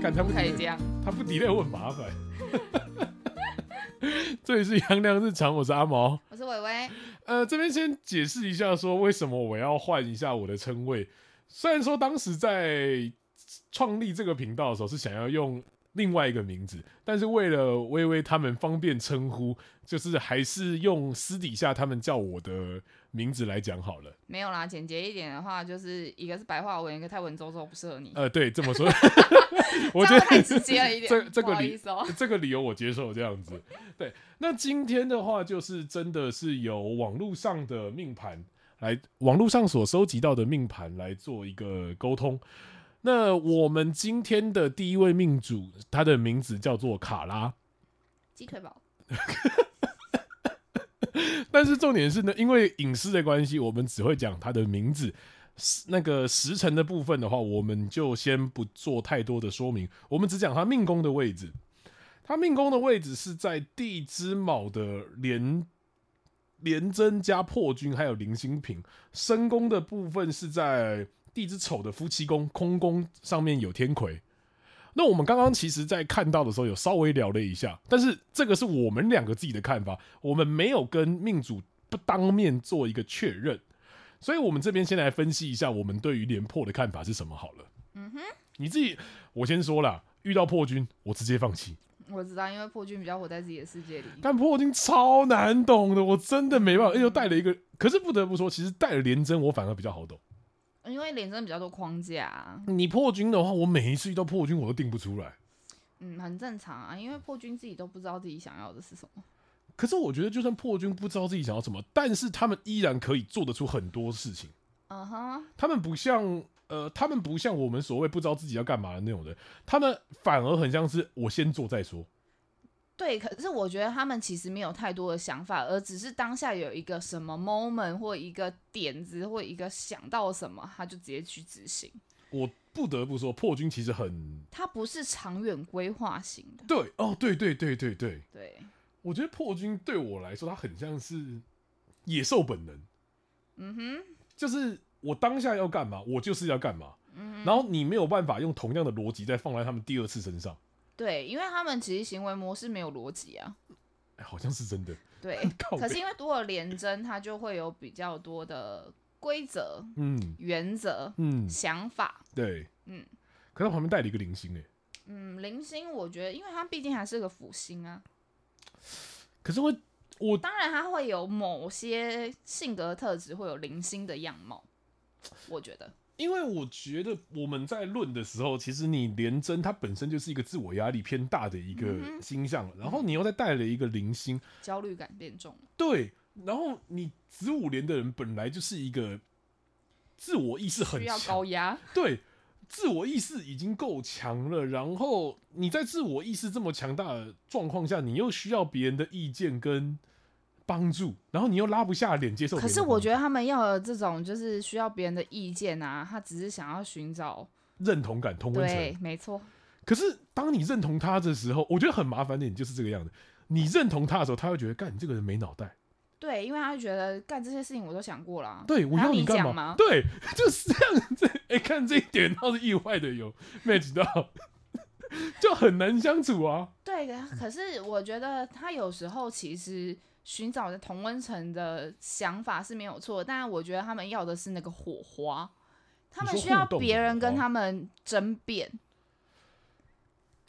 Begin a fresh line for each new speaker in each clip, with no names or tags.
看他
不
不
可
可
以
以
这
这
样
样。他不 delay 我很麻烦。这里是杨亮日常，我是阿毛。
我是伟伟，
呃，这边先解释一下，说为什么我要换一下我的称谓。虽然说当时在创立这个频道的时候是想要用另外一个名字，但是为了微微他们方便称呼，就是还是用私底下他们叫我的名字来讲好了。
没有啦，简洁一点的话，就是一个是白话文，一个泰文周周不适合你，
呃，对，这么 说，我觉
这样
得
太直接 了一点，
这这
不
个
好
理
意思哦、
这个理由我接受这样子。对，那今天的话就是真的是由网络上的命盘来，网络上所收集到的命盘来做一个沟通。那我们今天的第一位命主，他的名字叫做卡拉，
鸡腿堡，
但是重点是呢，因为隐私的关系，我们只会讲他的名字。时那个时辰的部分的话，我们就先不做太多的说明，我们只讲他命宫的位置。他命宫的位置是在地支卯的连连贞加破军，还有零星平。申宫的部分是在地支丑的夫妻宫，空宫上面有天魁。那我们刚刚其实，在看到的时候有稍微聊了一下，但是这个是我们两个自己的看法，我们没有跟命主不当面做一个确认，所以我们这边先来分析一下我们对于廉破的看法是什么好了。
嗯哼，
你自己，我先说啦，遇到破军，我直接放弃。
我知道，因为破军比较活在自己的世界里，
但破军超难懂的，我真的没办法。又哎带了一个，可是不得不说，其实带了连针我反而比较好懂。
因为脸上比较多框架啊，
你破军的话，我每一次遇到破军我都定不出来。
嗯，很正常啊，因为破军自己都不知道自己想要的是什么，
可是我觉得，就算破军不知道自己想要什么，但是他们依然可以做得出很多事情。
嗯哼，
他们不像呃，他们不像我们所谓不知道自己要干嘛的那种人，他们反而很像是我先做再说。
对，可是我觉得他们其实没有太多的想法，而只是当下有一个什么 moment 或一个点子或一个想到什么，他就直接去执行。
我不得不说，破军其实很
它不是长远规划型的，
对哦，对对对对对，
对，
我觉得破军对我来说，它很像是野兽本能，
嗯哼，
就是我当下要干嘛，我就是要干嘛。
嗯
然后你没有办法用同样的逻辑再放在他们第二次身上，
对，因为他们其实行为模式没有逻辑啊，
哎，好像是真的。，
对
靠
可
背
是因为多了连针，它就会有比较多的规则、
嗯
原则、
嗯，
想法。
对，
嗯。
可是旁边带了一个零星哎，
嗯，零星我觉得，因为它毕竟还是个辅星啊，
可是会我
当然它会有某些性格特质会有零星的样貌，我觉得，
因为我觉得我们在论的时候，其实你连真它本身就是一个自我压力偏大的一个
嗯哼
星象，然后你又再带了一个零星，
焦虑感变重了。
对，然后你子午连的人本来就是一个自我意识很
需要
强
高，压，
对，自我意识已经够强了，然后你在自我意识这么强大的状况下，你又需要别人的意见跟帮助，然后你又拉不下脸接受别
可
人的
是
帮助。
我觉得他们要的这种就是需要别人的意见啊，他只是想要寻找
认同感同温层，
对，没错，
可是当你认同他的时候，我觉得很麻烦的点就是这个样子。你认同他的时候，他会觉得干你这个人没脑袋，
对，因为他就觉得干这些事情我都想过了，
对我
还
要
你
干
讲
嘛？
吗？
对， 就是这样子。哎、看这一点倒是意外的有 match 到， 就很难相处啊。
对，可可是我觉得他有时候其实寻找的同温层的想法是没有错，但我觉得他们要的是那个火花，他
你
们
说
需
互
要
动的
别
火
人跟
花
他们争辩，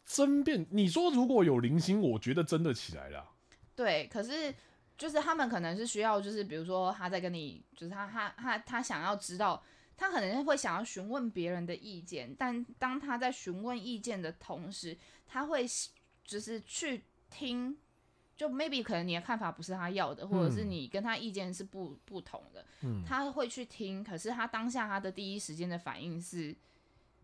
争辩，你说如果有零星，我觉得真的起来了。
对，可是就是他们可能是需要，就是比如说他在跟你，就是他他他他想要知道，他可能会想要询问别人的意见，但当他在询问意见的同时，他会希就是去听，就 maybe 可能你的看法不是他要的，或者是
嗯
你跟他意见是不不同的，
嗯
他会去听，可是他当下他的第一时间的反应是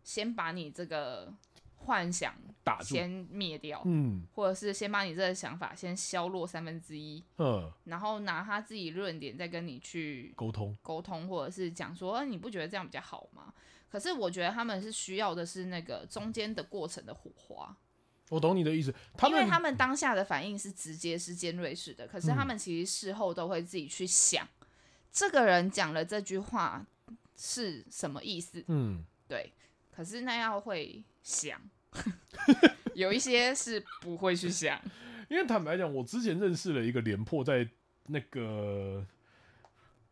先把你这个幻想
打住
先灭掉，
嗯
或者是先把你这个想法先削弱三分之一，
嗯，
然后拿他自己论点再跟你去
沟通。
沟通，或者是讲说、呃你不觉得这样比较好吗？可是我觉得他们是需要的是那个中间的过程的火花，
我懂你的意思。他
因
们嗯
为他们当下的反应是直接是尖锐式的，可是他们其实事后都会自己去想，这个人讲了这句话是什么意思？
嗯，
对，可是那要会想，有一些是不会去想。
因为坦白讲，我之前认识了一个廉颇，在那个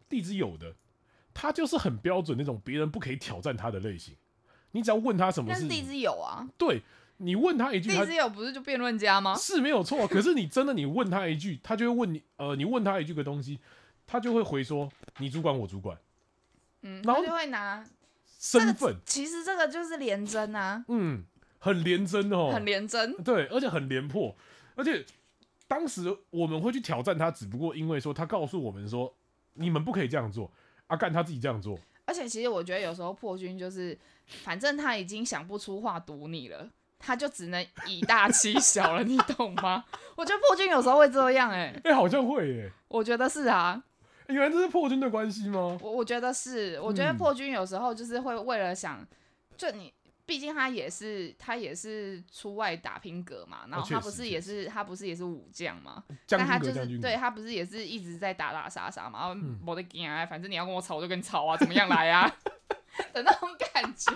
地之友的，他就是很标准那种别人不可以挑战他的类型。你只要问他什么
但
事
是地
情，
之友啊，
对你问他一句，
地
他
之友不是就辩论家吗？
是没有错。可是你真的你问他一句，他就会问你，呃，你问他一句个东西，他就会回说你主管我主管
嗯，
然
他
后
就会拿
身份，
其实这个就是廉贞啊，
嗯，很廉贞哦，
很廉贞。
对，而且很廉颇，而且当时我们会去挑战他，只不过因为说他告诉我们说你们不可以这样做，阿、干他自己这样做，
而且其实我觉得有时候破军就是，反正他已经想不出话堵你了。他就只能以大欺小了，你懂吗？ 我觉得破军有时候会这样、欸，哎，
哎、好像会耶、
我觉得是啊，
欸原来这是破军的关系吗？
我我觉得是，我觉得
嗯
破军有时候就是会为了想，就你，毕竟他也是他也是出外打拼格嘛，然后
哦确
他不
实
是
确
也是他不是也是武将嘛，
将
但他
军
就
阁，将
是
军阁
对，他不是也是一直在打打杀杀嘛，
嗯
我的天啊，反正你要跟我吵我就跟你吵啊，怎么样来啊 的那种感觉，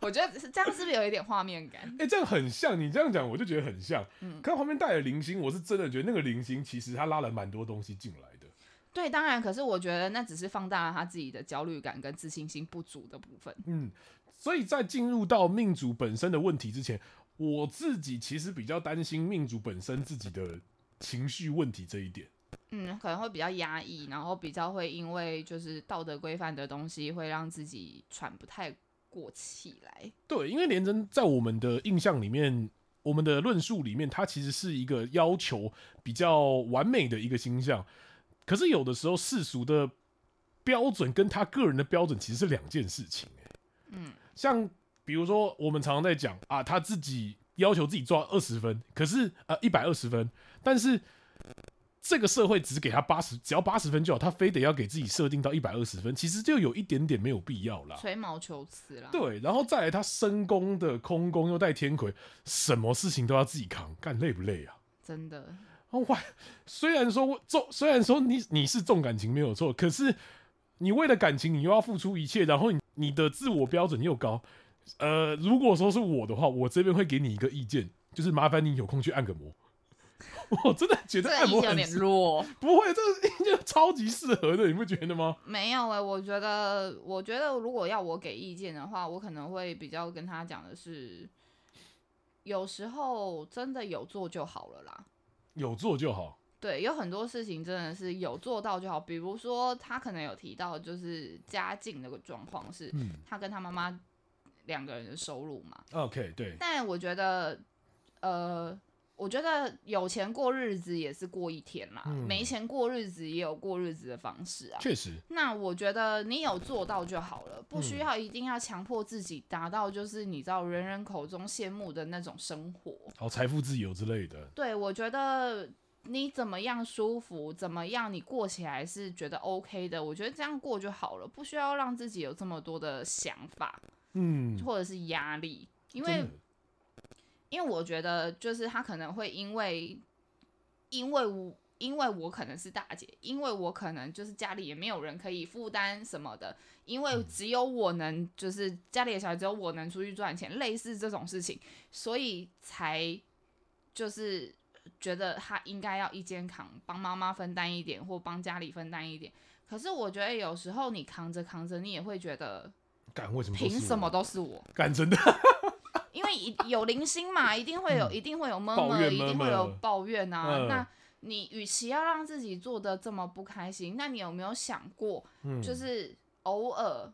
我觉得是这样是不是有一点画面感？
哎、这样很像，你这样讲我就觉得很像。
嗯
可他旁边带了零星，我是真的觉得那个零星其实他拉了蛮多东西进来的。
对，当然，可是我觉得那只是放大了他自己的焦虑感跟自信心不足的部分。
嗯，所以在进入到命主本身的问题之前，我自己其实比较担心命主本身自己的情绪问题这一点。
嗯，可能会比较压抑，然后比较会因为就是道德规范的东西，会让自己喘不太过气来。
对，因为连真在我们的印象里面，我们的论述里面，它其实是一个要求比较完美的一个形象。可是有的时候世俗的标准跟他个人的标准其实是两件事情、欸。
嗯，
像比如说我们常常在讲啊，他自己要求自己抓二十分，可是呃一百二十分，但是这个社会只给他八十，只要八十分就好，他非得要给自己设定到一百二十分，其实就有一点点没有必要啦。
吹毛求疵啦。
啊对，然后再来他深宫的空宫又带天魁，什么事情都要自己扛，干累不累啊？
真的，
哦哇，虽然说我重，虽然说你你是重感情没有错，可是你为了感情，你又要付出一切，然后你你的自我标准又高。呃，如果说是我的话，我这边会给你一个意见，就是麻烦你有空去按个摩。 我真的觉
这
得
个
按
意
摩
见
很
有点弱。
不会，这个意见超级适合的，你不觉得吗？
没有哎、我觉得，我觉得如果要我给意见的话，我可能会比较跟他讲的是，有时候真的有做就好了啦。
有做就好。
对，有很多事情真的是有做到就好。比如说，他可能有提到就是家境那个状况是，
嗯
他跟他妈妈两个人的收入嘛。
，OK，对，
但我觉得，呃，我觉得有钱过日子也是过一天啦，
嗯
没钱过日子也有过日子的方式啊。
确实，
那我觉得你有做到就好了，不
嗯
需要一定要强迫自己达到就是你知道人人口中羡慕的那种生活。
好，财富自由之类的。
对，我觉得你怎么样舒服，怎么样你过起来是觉得 OK 的，我觉得这样过就好了，不需要让自己有这么多的想法
嗯，
或者是压力，因
真
为
的
因为我觉得就是他可能会因为因为我。因为我可能是大姐，因为我可能就是家里也没有人可以负担什么的，因为
嗯
只有我能，就是家里的小孩只有我能出去赚钱，类似这种事情，所以才就是觉得他应该要一肩扛，帮妈妈分担一点，或帮家里分担一点。可是我觉得有时候你扛着扛着，你也会觉得
干为什么都
凭
是
什
我
么都是我，
干真的？
因为一有零星嘛，一定会有，一定会有闷
嗯抱怨
闷，一定会
murmur
有抱怨啊。
嗯
那你与其要让自己做的这么不开心，那你有没有想过，
嗯
就是偶尔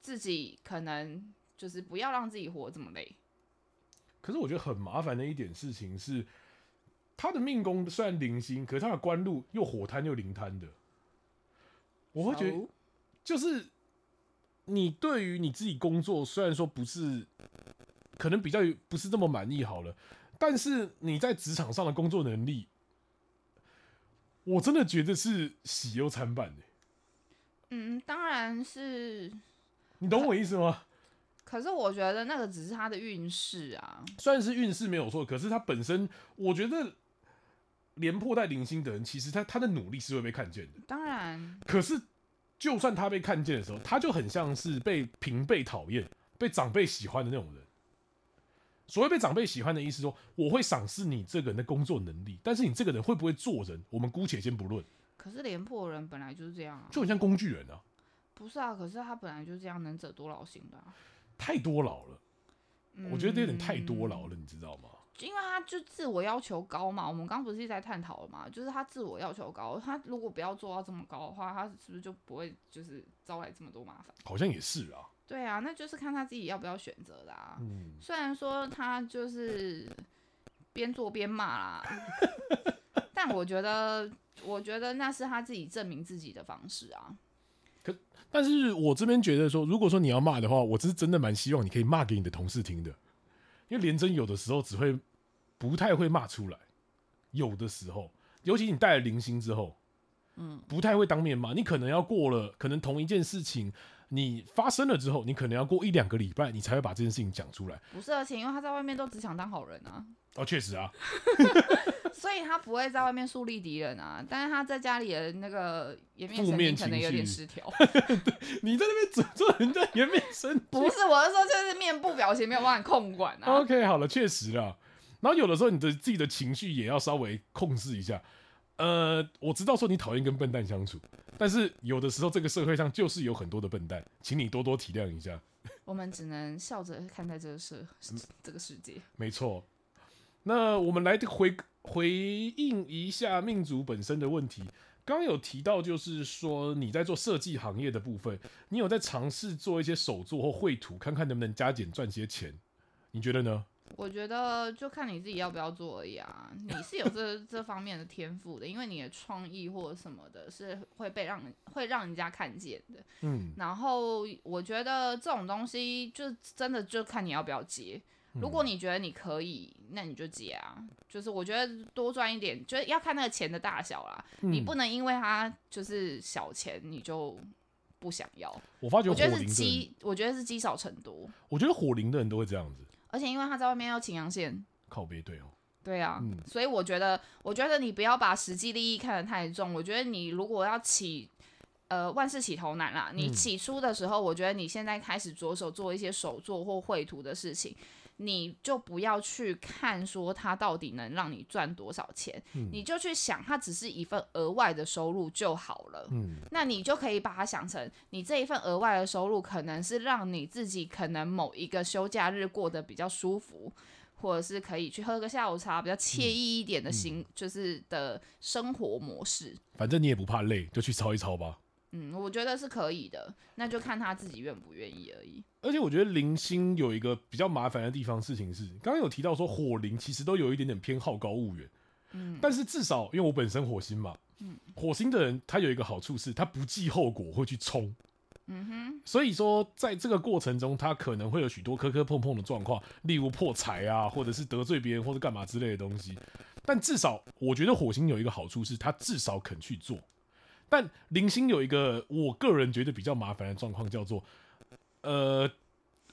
自己可能就是不要让自己活这么累？
可是我觉得很麻烦的一点事情是，他的命宫虽然零星，可是他的官禄又火贪又灵贪的，我会觉得
好
就是你对于你自己工作虽然说不是，可能比较有不是这么满意好了，但是你在职场上的工作能力，我真的觉得是喜忧参半欸的、
嗯，当然是，
你懂我意思吗？
可是我觉得那个只是他的运势啊。
虽然是运势没有错，可是他本身，我觉得廉颇带零星的人，其实他他的努力是会被看见的。
当然，
可是，就算他被看见的时候，他就很像是被平辈讨厌、被长辈喜欢的那种人。所谓被长辈喜欢的意思说，我会赏识你这个人的工作能力，但是你这个人会不会做人，我们姑且先不论，
可是廉颇人本来就是这样啊，
就很像工具人啊，
不是啊？可是他本来就是这样，能者多劳型的、啊。
太多劳了，我觉得有点太多
嗯
劳了，你知道吗？
因为他就自我要求高嘛，我们刚不是一直在探讨了嘛，就是他自我要求高，他如果不要做到这么高的话，他是不是就不会就是招来这么多麻烦？
好像也是啊，
对啊，那就是看他自己要不要选择的啊。
嗯，
虽然说他就是边做边骂啦， 但我觉得，我觉得那是他自己证明自己的方式啊。
但是我这边觉得说，如果说你要骂的话，我是真的蛮希望你可以骂给你的同事听的，因为连真有的时候只会不太会骂出来，有的时候，尤其你带了零星之后，
嗯，
不太会当面骂，你可能要过了，可能同一件事情你发生了之后，你可能要过一两个礼拜，你才会把这件事情讲出来。
不是，而且因为他在外面都只想当好人啊，
哦，确实啊，
所以他不会在外面树立敌人啊。但是他在家里的那个颜面
负
神经
面
可能
情
有点
绪
失调。
你在那边诅咒人家颜面神经
不是，我是说就是面部表情没有办法控管啊。
OK，好了，确实啦。然后有的时候你的自己的情绪也要稍微控制一下。呃，我知道说你讨厌跟笨蛋相处，但是有的时候这个社会上就是有很多的笨蛋，请你多多体谅一下。
我们只能笑着看待这个世这个世界。
没错，那我们来回回应一下命主本身的问题。刚刚有提到，就是说你在做设计行业的部分，你有在尝试做一些手作或绘图，看看能不能加减赚些钱，你觉得呢？
我觉得就看你自己要不要做而已啊。你是有这 这方面的天赋的，因为你的创意或者什么的，是会被让人会让人家看见的。
嗯，
然后我觉得这种东西就真的就看你要不要接。如
嗯
果你觉得你可以，那你就接啊。就是我觉得多赚一点，就是要看那个钱的大小啦。你
嗯
不能因为它就是小钱，你就不想要。
我发觉
我
火
觉得
灵的
是
人
积，我觉得是积少成多。
我觉得火灵的人都会这样子，
而且因为他在外面要请阳线，
靠背对哦。
对啊，
嗯
所以我觉得，我觉得你不要把实际利益看得太重。我觉得你如果要起，呃，万事起头难啦。你
嗯
起初的时候，我觉得你现在开始着手做一些手作或绘图的事情，你就不要去看说它到底能让你赚多少钱，
嗯
你就去想它只是一份额外的收入就好了。
嗯，
那你就可以把它想成，你这一份额外的收入可能是让你自己可能某一个休假日过得比较舒服，或者是可以去喝个下午茶，比较惬意一点的行，就是的生活模式。
反正你也不怕累，就去抄一抄吧。
嗯，我觉得是可以的，那就看他自己愿不愿意而已。
而且我觉得零星有一个比较麻烦的地方，事情是刚刚有提到说火灵其实都有一点点偏好高骛远，
嗯，
但是至少因为我本身火星嘛，
嗯
火星的人他有一个好处是他不计后果会去冲，
嗯哼，
所以说在这个过程中他可能会有许多磕磕碰碰的状况，例如破财啊，或者是得罪别人或者干嘛之类的东西。但至少我觉得火星有一个好处是他至少肯去做，但零星有一个我个人觉得比较麻烦的状况叫做，呃，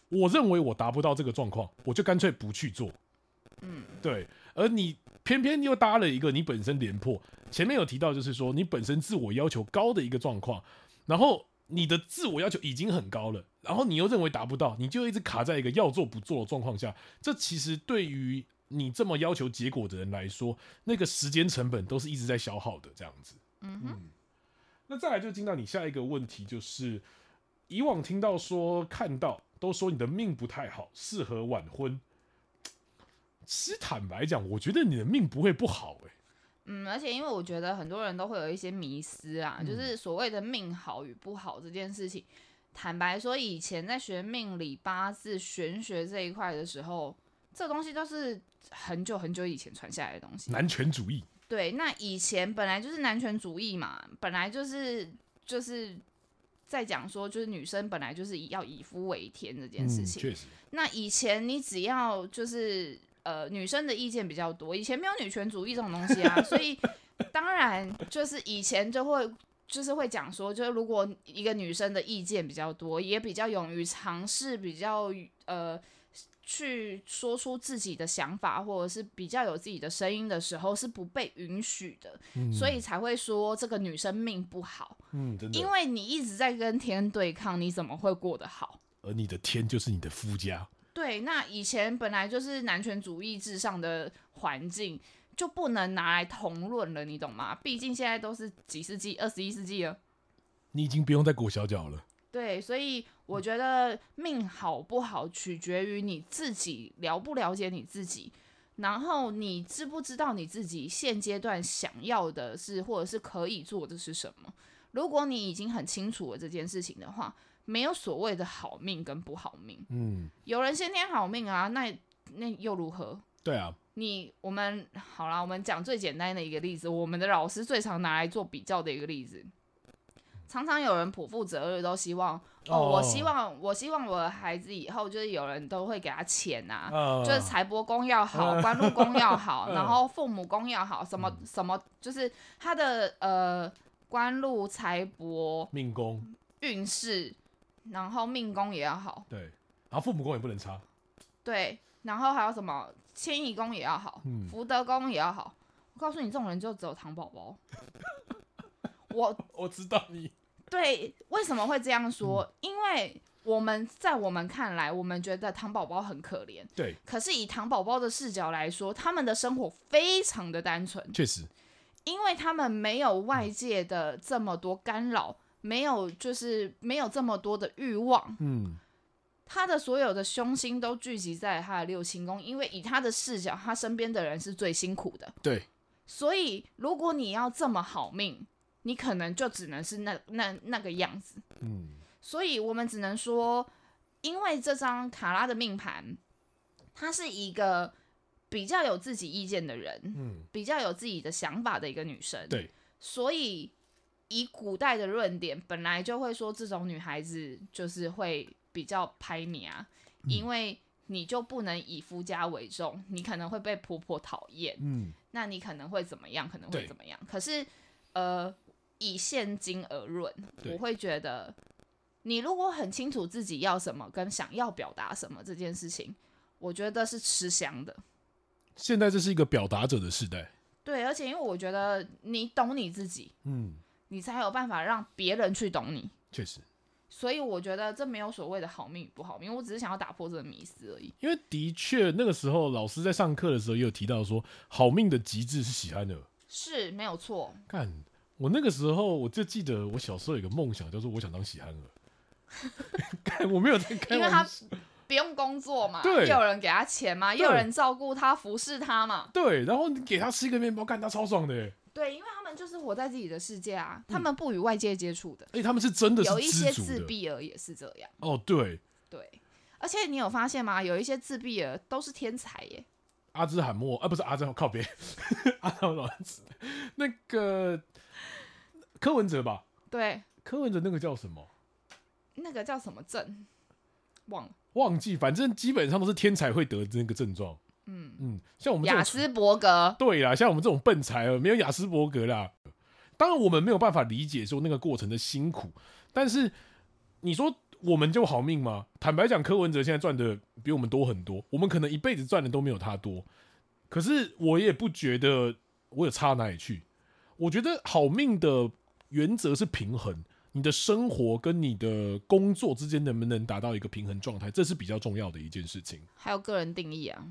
我认为我达不到这个状况，我就干脆不去做。
嗯，
对，而你偏偏又搭了一个你本身廉颇，前面有提到，就是说你本身自我要求高的一个状况，然后你的自我要求已经很高了，然后你又认为达不到，你就一直卡在一个要做不做的状况下，这其实对于你这么要求结果的人来说，那个时间成本都是一直在消耗的，这样子。
嗯哼，
那再来就进到你下一个问题，就是以往听到说看到都说你的命不太好，适合晚婚。其实坦白讲，我觉得你的命不会不好、欸，
嗯，而且因为我觉得很多人都会有一些迷思啊，就是所谓的命好与不好这件事情。坦白说，以前在学命理、八字、玄学这一块的时候，这东西都是很久很久以前传下来的东西。
男权主义。
对，那以前本来就是男权主义嘛，本来就是就是在讲说，就是女生本来就是以要以夫为天这件事
嗯
情。
确实，
那以前你只要就是呃女生的意见比较多，以前没有女权主义这种东西啊，所以当然就是以前就会就是会讲说，就是如果一个女生的意见比较多，也比较勇于尝试，比较呃。去说出自己的想法，或者是比较有自己的声音的时候，是不被允许的，
嗯
所以才会说这个女生命不好，
嗯，真的
因，为你一直在跟天对抗，你怎么会过得好？
而你的天就是你的夫家，
对，那以前本来就是男权主义至上的环境，就不能拿来同论了，你懂吗？毕竟现在都是几世纪、二十一世纪了。
你已经不用再裹小脚了。
对，所以我觉得命好不好取决于你自己了不了解你自己，然后你知不知道你自己现阶段想要的是或者是可以做的是什么。如果你已经很清楚了这件事情的话，没有所谓的好命跟不好命。
嗯，
有人先天好命啊，那那又如何？
对啊，
你我们好啦，我们讲最简单的一个例子，我们的老师最常拿来做比较的一个例子，常常有人不负责任，都希望哦，
哦
我希望我希望我的孩子以后就是有人都会给他钱啊，
呃
就是财帛宫要好，官禄宫要好，
嗯
然后父母宫要好，什么什么就是他的呃官禄财帛
命宫，
运势，然后命宫也要好，
对，然后父母宫也不能差，
对，然后还有什么迁移宫也要好，
嗯
福德宫也要好。我告诉你，这种人就只有糖宝宝。 我
我知道你，
对为什么会这样说？因为我们在我们看来，我们觉得糖宝宝很可怜。
对，
可是以糖宝宝的视角来说，他们的生活非常的单纯，
确实，
因为他们没有外界的这么多干扰，没有就是没有这么多的欲望，
嗯，
他的所有的凶星都聚集在他的六亲宫，因为以他的视角，他身边的人是最辛苦的。
对，
所以，如果你要这么好命，你可能就只能是那那那个样子。
嗯，
所以我们只能说，因为这张卡拉的命盘，她是一个比较有自己意见的人，
嗯，
比较有自己的想法的一个女生。
对，
所以以古代的论点，本来就会说这种女孩子就是会比较拍你啊，因为你就不能以夫家为重，你可能会被婆婆讨厌，
嗯，
那你可能会怎么样？可能
对
会怎么样？可是，呃，以现今而论，
对
我会觉得，你如果很清楚自己要什么跟想要表达什么这件事情，我觉得是吃香的。
现在这是一个表达者的时代，
对，而且因为我觉得你懂你自己，
嗯，
你才有办法让别人去懂你。
确实，
所以我觉得这没有所谓的好命与不好命，我只是想要打破这个迷思而已。
因为的确那个时候老师在上课的时候也有提到说，好命的极致是喜憨儿。
是没有错，
干，我那个时候我就记得我小时候有个梦想，叫做我想当喜憨儿。 干，我没有在开
因为
玩
他
笑。
不用工作嘛，
对
又有人给他钱嘛，又有
对
人照顾他、服侍他嘛。
对，然后你给他吃一个面包，干他超爽的欸，
对，因为他们就是活在自己的世界啊，他们不与外界接触的，
而且嗯他们是真的
有一
是
些
知足
自
的。
闭儿也是这样。
哦，对，
对，而且你有发现吗？有一些自闭儿都是天才耶。
阿兹海默，啊，不是阿兹，靠别， 阿兹老师，那个柯文哲吧，
对，
柯文哲那个叫什么？
那个叫什么症？忘了。
忘记，反正基本上都是天才会得那个症状。
嗯，
嗯，像我们这
雅
种
斯伯格。
对啦，像我们这种笨才儿，没有雅斯伯格啦。当然，我们没有办法理解说那个过程的辛苦，但是你说我们就好命吗？坦白讲，柯文哲现在赚的比我们多很多，我们可能一辈子赚的都没有他多。可是我也不觉得我有差哪里去。我觉得好命的原则是平衡，你的生活跟你的工作之间能不能达到一个平衡状态，这是比较重要的一件事情。
还有个人定义啊，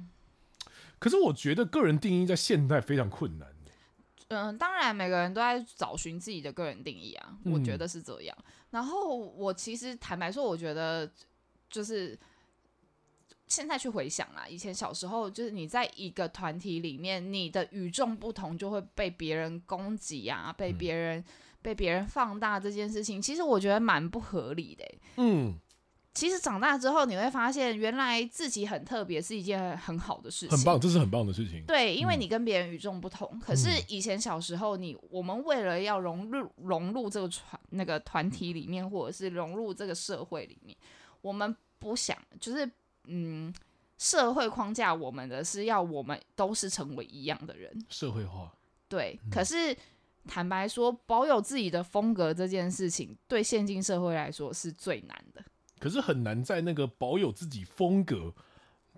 可是我觉得个人定义在现代非常困难。
嗯，当然每个人都在找寻自己的个人定义啊，我觉
嗯
得是这样。然后我其实坦白说，我觉得就是现在去回想啦，啊以前小时候就是你在一个团体里面，你的与众不同就会被别人攻击啊，被
嗯
别人、被别人放大这件事情，其实我觉得蛮不合理的欸、
嗯，
其实长大之后，你会发现原来自己很特别是一件很好的事情，
很棒，这是很棒的事情。
对，因为
嗯
你跟别人与众不同。可是以前小时候你，我们为了要融入融入这个团那个团体里面，或者是融入这个社会里面，我们不想就是嗯，社会框架我们的是要我们都是成为一样的人。
社会化，
对，
嗯
可是坦白说，保有自己的风格这件事情，对现今社会来说是最难的。
可是很难在那个保有自己风格，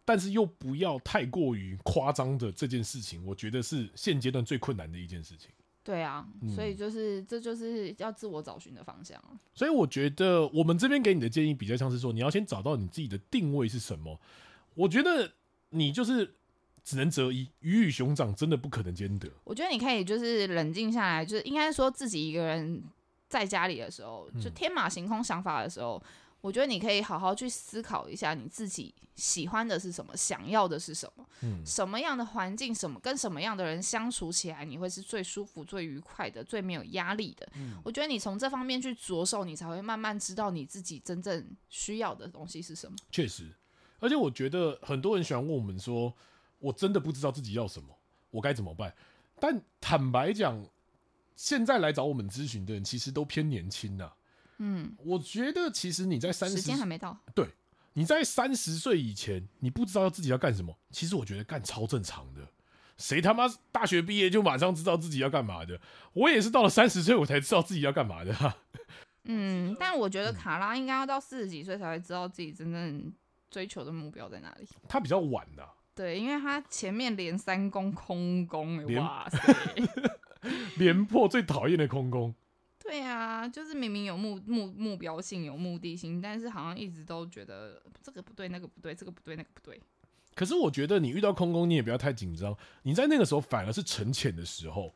但是又不要太过于夸张的这件事情，我觉得是现阶段最困难的一件事情。
对啊，所以
嗯
就是这就是要自我找寻的方向啊。
所以我觉得我们这边给你的建议比较像是说，你要先找到你自己的定位是什么。我觉得你就是只能择一，鱼与熊掌真的不可能兼得。
我觉得你可以就是冷静下来，就是应该说自己一个人在家里的时候，就
嗯
天马行空想法的时候，我觉得你可以好好去思考一下你自己喜欢的是什么，想要的是什么，
嗯
什么样的环境，什么跟什么样的人相处起来，你会是最舒服、最愉快的、最没有压力的。
嗯
我觉得你从这方面去着手，你才会慢慢知道你自己真正需要的东西是什么。
确实，而且我觉得很多人喜欢问我们说，我真的不知道自己要什么，我该怎么办？但坦白讲，现在来找我们咨询的人其实都偏年轻呐、
嗯，
我觉得其实你在三
时
十
间，还没到，
你在三十岁以前，你不知道自己要干什么，其实我觉得干超正常的。谁他妈大学毕业就马上知道自己要干嘛的？我也是到了三十岁我才知道自己要干嘛的、啊。
嗯，但我觉得卡拉应该要到四十几岁才会知道自己真正追求的目标在哪里。
他比较晚啊呐、
对，因为他前面连三攻空攻、欸，
连
哇塞！
廉颇最讨厌的空空。
对啊，就是明明有目目目标性、有目的性，但是好像一直都觉得这个不对、那个不对、这个不对、那个不对。
可是我觉得你遇到空工，你也不要太紧张。你在那个时候反而是沉潜的时候，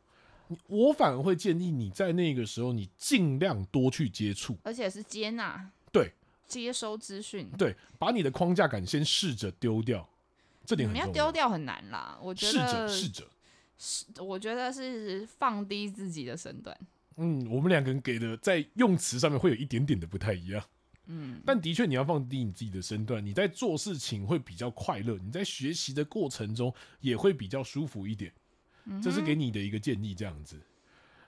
你我反而会建议你在那个时候，你尽量多去接触，
而且是接纳、
对
接收资讯，
对，把你的框架感先试着丢掉，这点很
你嗯要
重
丢。掉很难啦。我觉
试着
得，
试着，
我觉得是放低自己的身段。
嗯，我们两个人给的在用词上面会有一点点的不太一样，
嗯，
但的确你要放低你自己的身段，你在做事情会比较快乐，你在学习的过程中也会比较舒服一点。
嗯
这是给你的一个建议，这样子。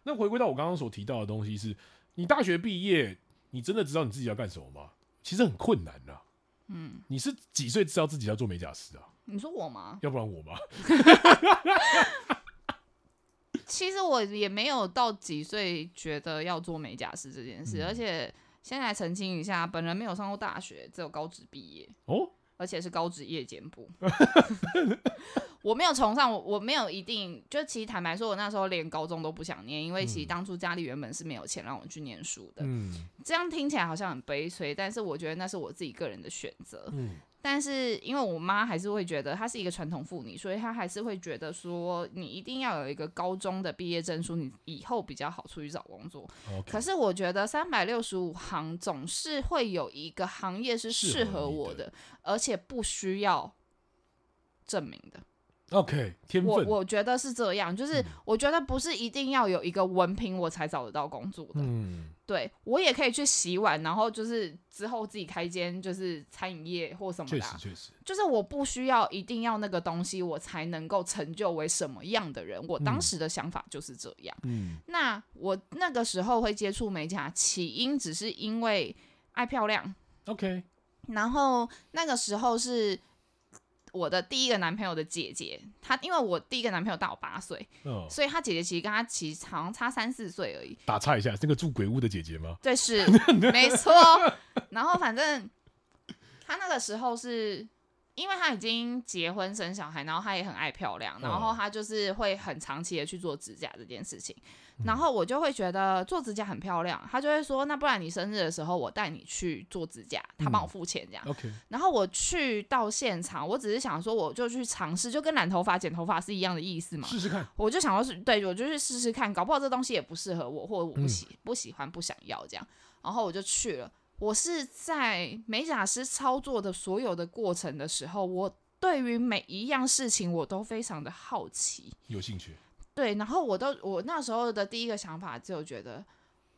那回归到我刚刚所提到的东西是，你大学毕业，你真的知道你自己要干什么吗？其实很困难呐、嗯，你是几岁知道自己要做美甲师啊？
你说我吗？
要不然我吗？
其实我也没有到几岁觉得要做美甲师这件事，
嗯
而且先来澄清一下，本人没有上过大学，只有高职毕业，
哦，
而且是高职夜间部。 我没有崇尚，我我没有一定，就其实坦白说，我那时候连高中都不想念，因为其实当初家里原本是没有钱让我去念书的。
嗯
这样听起来好像很悲催，但是我觉得那是我自己个人的选择。
嗯
但是因为我妈还是会觉得她是一个传统妇女，所以她还是会觉得说你一定要有一个高中的毕业证书，你以后比较好出去找工作。
，OK，
可是我觉得三百六十五行总是会有一个行业是
适合
适合
你
我
的
的，而且不需要证明的。
OK，天
我
分，
我觉得是这样，就是
嗯
我觉得不是一定要有一个文凭我才找得到工作的。
嗯
对我也可以去洗碗，然后就是之后自己开间就是餐饮业或什么
确
的啊、
实确实，
就是我不需要一定要那个东西，我才能够成就为什么样的人。我当时的想法就是这样。
嗯
那我那个时候会接触美甲，起因只是因为爱漂亮，
，OK，
然后那个时候是我的第一个男朋友的姐姐，她因为我第一个男朋友大我八岁，
嗯，
所以她姐姐其实跟她其实好像差三四岁而已。
打岔一下，那个住鬼屋的姐姐吗？
对，是 没错。然后反正他那个时候是因为他已经结婚生小孩，然后他也很爱漂亮，然后
嗯
他就是会很长期的去做指甲这件事情。
嗯
然后我就会觉得做指甲很漂亮，他就会说：“那不然你生日的时候我带你去做指甲，他帮
嗯
我付钱这样。
OK，
然后我去到现场，我只是想说，我就去尝试，就跟染头发、剪头发是一样的意思 嘛。
试试看。
我就想要是对，我就去试试看，搞不好这东西也不适合我，或者我不
嗯
喜、不喜欢不想要这样，然后我就去了。我是在美甲师操作的所有的过程的时候，我对于每一样事情我都非常的好奇，
有兴趣，
对，然后我都我那时候的第一个想法就觉得，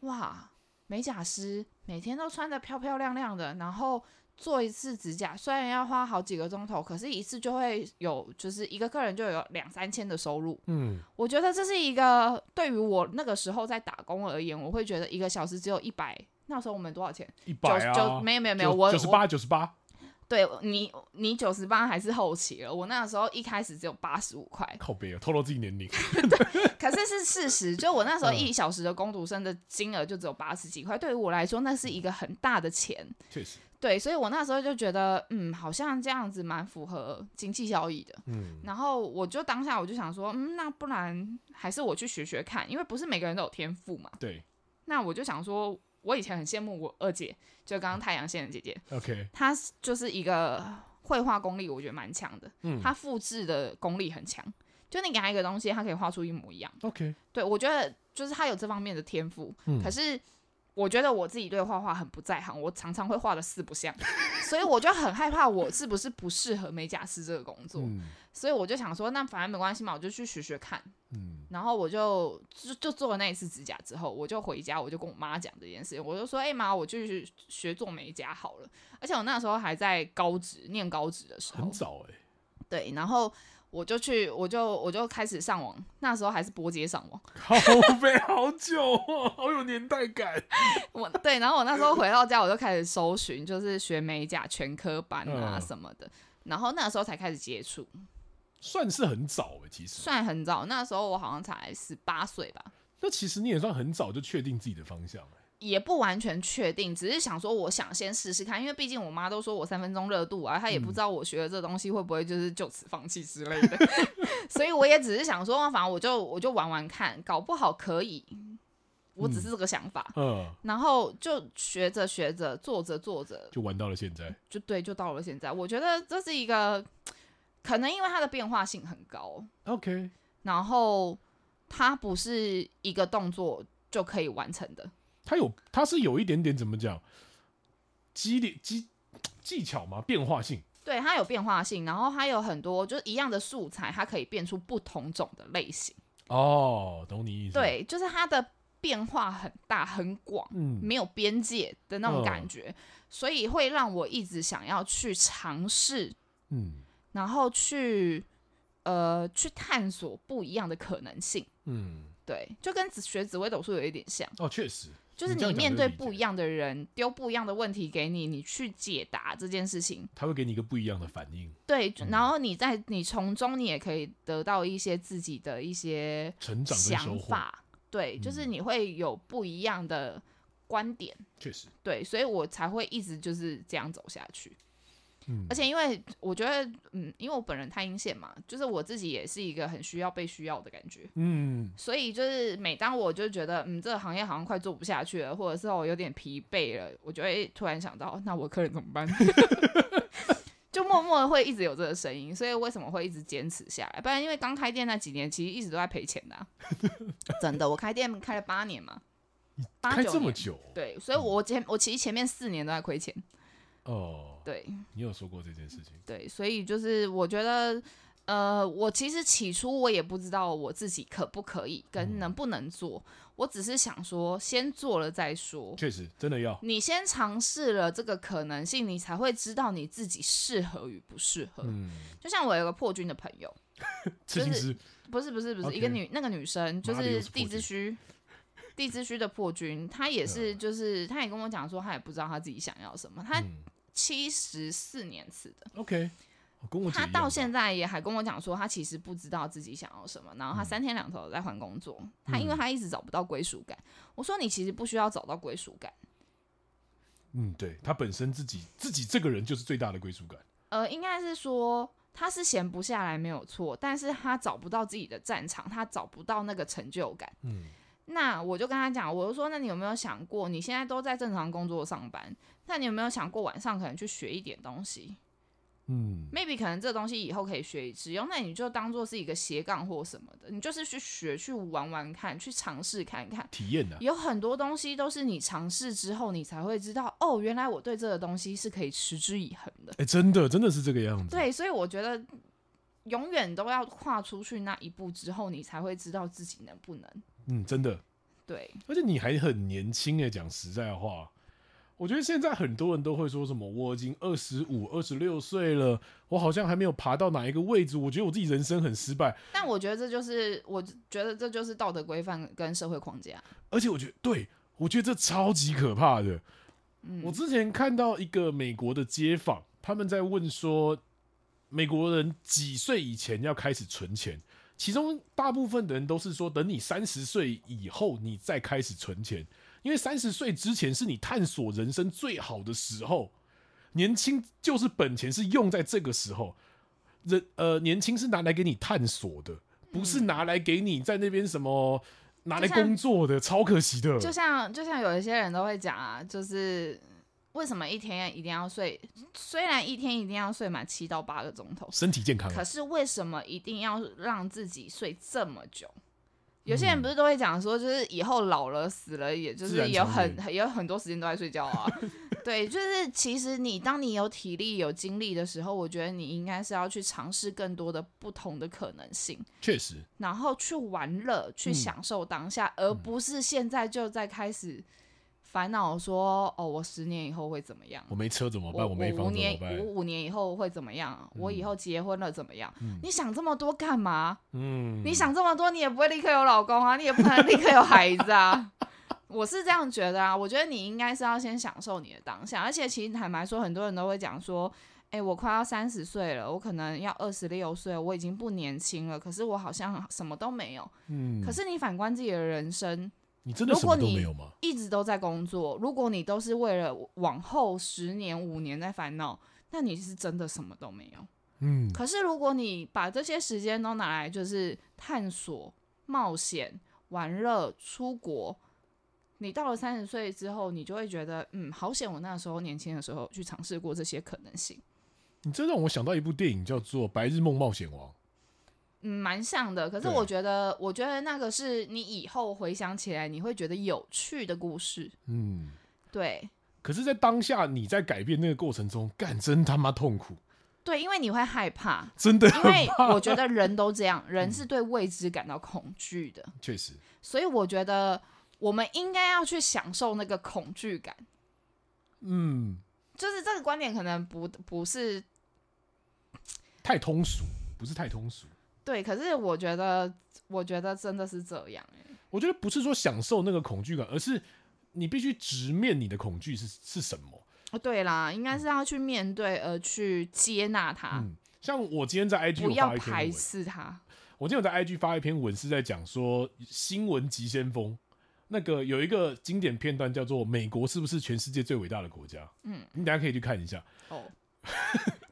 哇，美甲师每天都穿的漂漂亮亮的，然后做一次指甲虽然要花好几个钟头，可是一次就会有就是一个客人就有两三千的收入，
嗯，
我觉得这是一个对于我那个时候在打工而言，我会觉得一个小时只有一百。那时候我们多少钱？
一
九
百啊
九，没有没有没有，我
九十
我
八九十八，
对你你九十八还是后期了。我那时候一开始只有八十五块，
靠背啊，透露自己年龄。
可是是事实。就我那时候
嗯
一小时的工读生的金额就只有八十几块，对于我来说那是一个很大的钱。
确实，
对，所以我那时候就觉得，嗯，好像这样子蛮符合经济效益的。
嗯，
然后我就当下我就想说，嗯，那不然还是我去学学看，因为不是每个人都有天赋嘛。
对
那我就想说，我以前很羡慕我二姐，就刚刚太阳线的姐姐，
，OK，
她是就是一个绘画功力我觉得蛮强的，
嗯
他复制的功力很强。就你给他一个东西，他可以画出一模一样。
，OK，
对我觉得就是他有这方面的天赋，
嗯
可是我觉得我自己对画画很不在行，我常常会画的四不像， 所以我就很害怕我是不是不适合美甲师这个工作，
嗯
所以我就想说，那反正没关系嘛，我就去学学看。
嗯
然后我就就就做了那一次指甲之后，我就回家，我就跟我妈讲这件事情，我就说：“哎、妈，我去学做美甲好了。”而且我那时候还在高职念高职的时候
很，早 哎、
对，然后我就去，我就我就开始上网，那时候还是拨接上网，
好呗，好久哦， 好有年代感。
我 对，然后我那时候回到家，我就开始搜寻，就是学美甲全科班啊
嗯
什么的，然后那时候才开始接触，
算是很早哎、其实。
算很早，那时候我好像才十八岁吧，
那其实你也算很早就确定自己的方向、欸，
也不完全确定，只是想说，我想先试试看，因为毕竟我妈都说我三分钟热度啊，她也不知道我学的这东西会不会就是就此放弃之类的， 所以我也只是想说，反正我就我就玩玩看，搞不好可以，我只是这个想法，
嗯，
然后就学着学着，做着做着，
就玩到了现在。
就对，就到了现在。我觉得这是一个，可能因为它的变化性很高，
OK，
然后它不是一个动作就可以完成的，
它有，它是有一点点怎么讲，激烈激技巧嘛，变化性。
对，它有变化性，然后它有很多就是一样的素材，它可以变出不同种的类型。
哦，懂你意思。，
对，就是它的变化很大很广，
嗯
没有边界的那种
嗯
感觉，所以会让我一直想要去尝试，
嗯
然后去呃去探索不一样的可能性。
嗯，
对，就跟紫学紫微斗数有一点像，
哦，确实，
就是
你这样
你
讲
面
就
对
理解
不一样的人，丢不一样的问题给你，你去解答这件事情。
它会给你一个不一样的反应，
对，
嗯
然后你在你从中你也可以得到一些自己的一些
成长跟收
想
获，嗯
法，对，就是你会有不一样的观点，
确实，
对，所以我才会一直就是这样走下去。
嗯，
而且因为我觉得，嗯，因为我本人太阴线嘛，就是我自己也是一个很需要被需要的感觉，
嗯，
所以就是每当我就觉得，嗯，这个行业好像快做不下去了，或者是我有点疲惫了，我就会突然想到，哦那我客人怎么办？ 就默默的会一直有这个声音，所以为什么会一直坚持下来？不然因为刚开店那几年，其实一直都在赔钱的啊、 真的，我开店开了八年嘛，八
开
九
这么
年
久，
对，所以我前我其实前面四年都在亏钱，
哦，
对
你有说过这件事情，
对，所以就是我觉得，呃，我其实起初我也不知道我自己可不可以跟
嗯
能不能做，我只是想说先做了再说。
确实真的要，
你先尝试了这个可能性，你才会知道你自己适合与不适合。
嗯，
就像我有个破军的朋友，
刺青师，
不是不是不是，一个
OK
女那个女生就
哪里又
是
是破
地
军
之虚，地之虚的破军，她也是就是她也跟我讲说，她也不知道她自己想要什么，她
嗯
七十四年次的，
，OK，哦跟我姐
她
一
到
样
现在也还跟我讲说，她其实不知道自己想要什么，然后她
嗯
三天两头地在换工作，她因为她一直找不到归属感，我说你其实不需要找到归属感，
嗯，对他本身自己自己这个人就是最大的归属感，
呃，应该是说。她是闲不下来没有错，但是她找不到自己的战场，她找不到那个成就感，
嗯，
那我就跟他讲，我就说，那你有没有想过，你现在都在正常工作上班，那你有没有想过晚上可能去学一点东西
嗯，
？maybe 可能这东西以后可以学以致用，那你就当做是一个斜杠或什么的，你就是去学、去玩玩看、去尝试看看。
体验呐、啊
有很多东西都是你尝试之后，你才会知道，哦，原来我对这个东西是可以持之以恒的。
哎、真的真的是这个样子，，
对，所以我觉得永远都要跨出去那一步之后，你才会知道自己能不能。
嗯，真的，
对，
而且你还很年轻哎，讲实在话，我觉得现在很多人都会说什么我已经二十五、二十六岁了，我好像还没有爬到哪一个位置，我觉得我自己人生很失败，
但我觉得这就是，我觉得这就是道德规范跟社会框架。
而且我觉得对。我觉得这超级可怕的。
嗯，
我之前看到一个美国的街访，他们在问说，美国人几岁以前要开始存钱？其中大部分的人都是说，等你三十岁以后，你再开始存钱，因为三十岁之前是你探索人生最好的时候，年轻就是本钱，是用在这个时候。人呃，年轻是拿来给你探索的，不是拿来给你在那边什么拿来
嗯就像
工作的，超可惜的。
就像就像有一些人都会讲啊，就是为什么一天一定要睡？虽然一天一定要睡满七到八个钟头，
身体健康啊、
可是为什么一定要让自己睡这么久？有些人不是都会讲说，就是以后老了死了，也就
嗯自然
是有
长
很有很多时间都在睡觉 啊。对，就是其实你当你有体力有精力的时候，我觉得你应该是要去尝试更多的不同的可能性，
确实，
然后去玩乐，去
嗯
享受当下，而不是现在就在开始烦恼说，哦，我十年以后会怎么样？
我没车怎么
我
办？没
我
房
五
怎么
年
办？
我五年以后会怎么样？我以
嗯
后结婚了怎么样？
嗯
你想这么多干嘛？
嗯，
你想这么多，你也不会立刻有老公啊，你也不可能立刻有孩子啊。 我是这样觉得啊，我觉得你应该是要先享受你的当下，而且其实坦白说，很多人都会讲说，哎、我快要三十岁了，我可能要二十六岁，我已经不年轻了，可是我好像什么都没有。
嗯，
可是你反观自己的人生，
你真的
如
什么
果
都
你
没有吗？
一直都在工作，如果你都是为了往后十年、五年在烦恼，那你是真的什么都没有。
嗯，
可是如果你把这些时间都拿来就是探索、冒险、玩乐、出国，你到了三十岁之后，你就会觉得，嗯，好险我那时候年轻的时候去尝试过这些可能性。
你这让我想到一部电影叫做《白日梦冒险王》。
嗯，蛮像的。可是
对
我觉得，我觉得那个是你以后回想起来你会觉得有趣的故事。
嗯，
对
可是，在当下你在改变那个过程中，干真他妈痛苦，
对，因为你会害怕，
真的
因
很嗯
为我觉得人都这样，人是对未知感到恐惧的，
确实。
所以我觉得我们应该要去享受那个恐惧感。
嗯，
就是这个观点可能不不是
太通俗，不是太通俗。
对，可是我觉得，我觉得真的是这样、欸。
我觉得不是说享受那个恐惧感，而是你必须直面你的恐惧是是什么。
哦，对啦，应该是要去面对，而去接纳它，
嗯，像我今天在 IG
不
有
要
发一篇
排
文，
斥它。
我今天有在 IG 发一篇文是在讲说新闻急先锋。那个有一个经典片段叫做“美国是不是全世界最伟大的国家”，
嗯，
你等一下可以去看一下，
哦，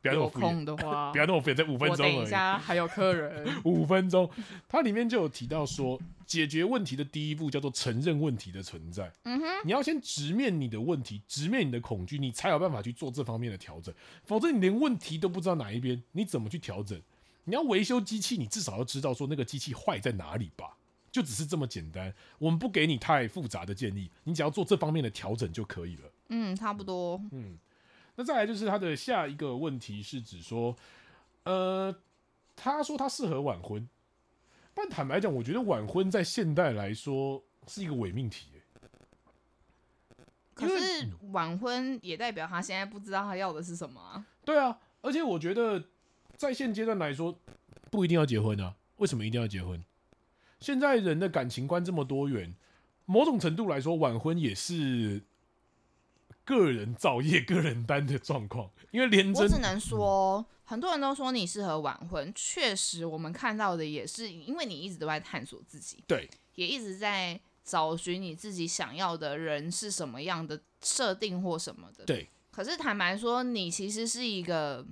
不要那
有
么敷衍，
空 的话
不，要那么敷衍，才五分
我
钟
等
而已。
一 下还有客人。
五分钟，它里面就有提到说，解决问题的第一步叫做承认问题的存在。
嗯哼，
你要先直面你的问题，直面你的恐惧，你才有办法去做这方面的调整。否则你连问题都不知道哪一边，你怎么去调整？你要维修机器，你至少要知道说那个机器坏在哪里吧。就只是这么简单，我们不给你太复杂的建议，你只要做这方面的调整就可以了。
嗯，差不多。
嗯，那再来就是他的下一个问题是指说，呃，他说他适合晚婚，但坦白讲，我觉得晚婚在现代来说是一个伪命题、欸
可
因为
是晚婚也代表他现在不知道他要的是什么啊、
对啊，而且我觉得在现阶段来说，不一定要结婚啊。为什么一定要结婚？现在人的感情观这么多元，某种程度来说，晚婚也是个人造业、个人担的状况，因为连
我
真嗯
只能说，很多人都说你适合晚婚，确实我们看到的也是，因为你一直都在探索自己，
对，
也一直在找寻你自己想要的人是什么样的设定或什么的。
对。
可是坦白说，你其实是一个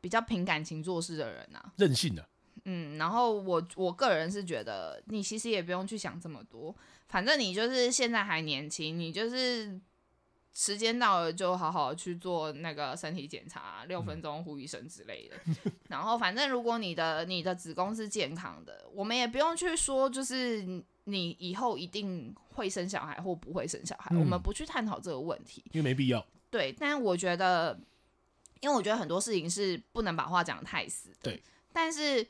比较凭感情做事的人呐、
任性啊。
嗯，然后我我个人是觉得，你其实也不用去想这么多，反正你就是现在还年轻，你就是时间到了就好好去做那个身体检查，六分钟呼一声之类的。 然后反正如果你的你的子宫是健康的，我们也不用去说就是你以后一定会生小孩或不会生小孩，我们
嗯
不去探讨这个问题。
因为没必要。
对，但我觉得，因为我觉得很多事情是不能把话讲得太死的。
对，
但是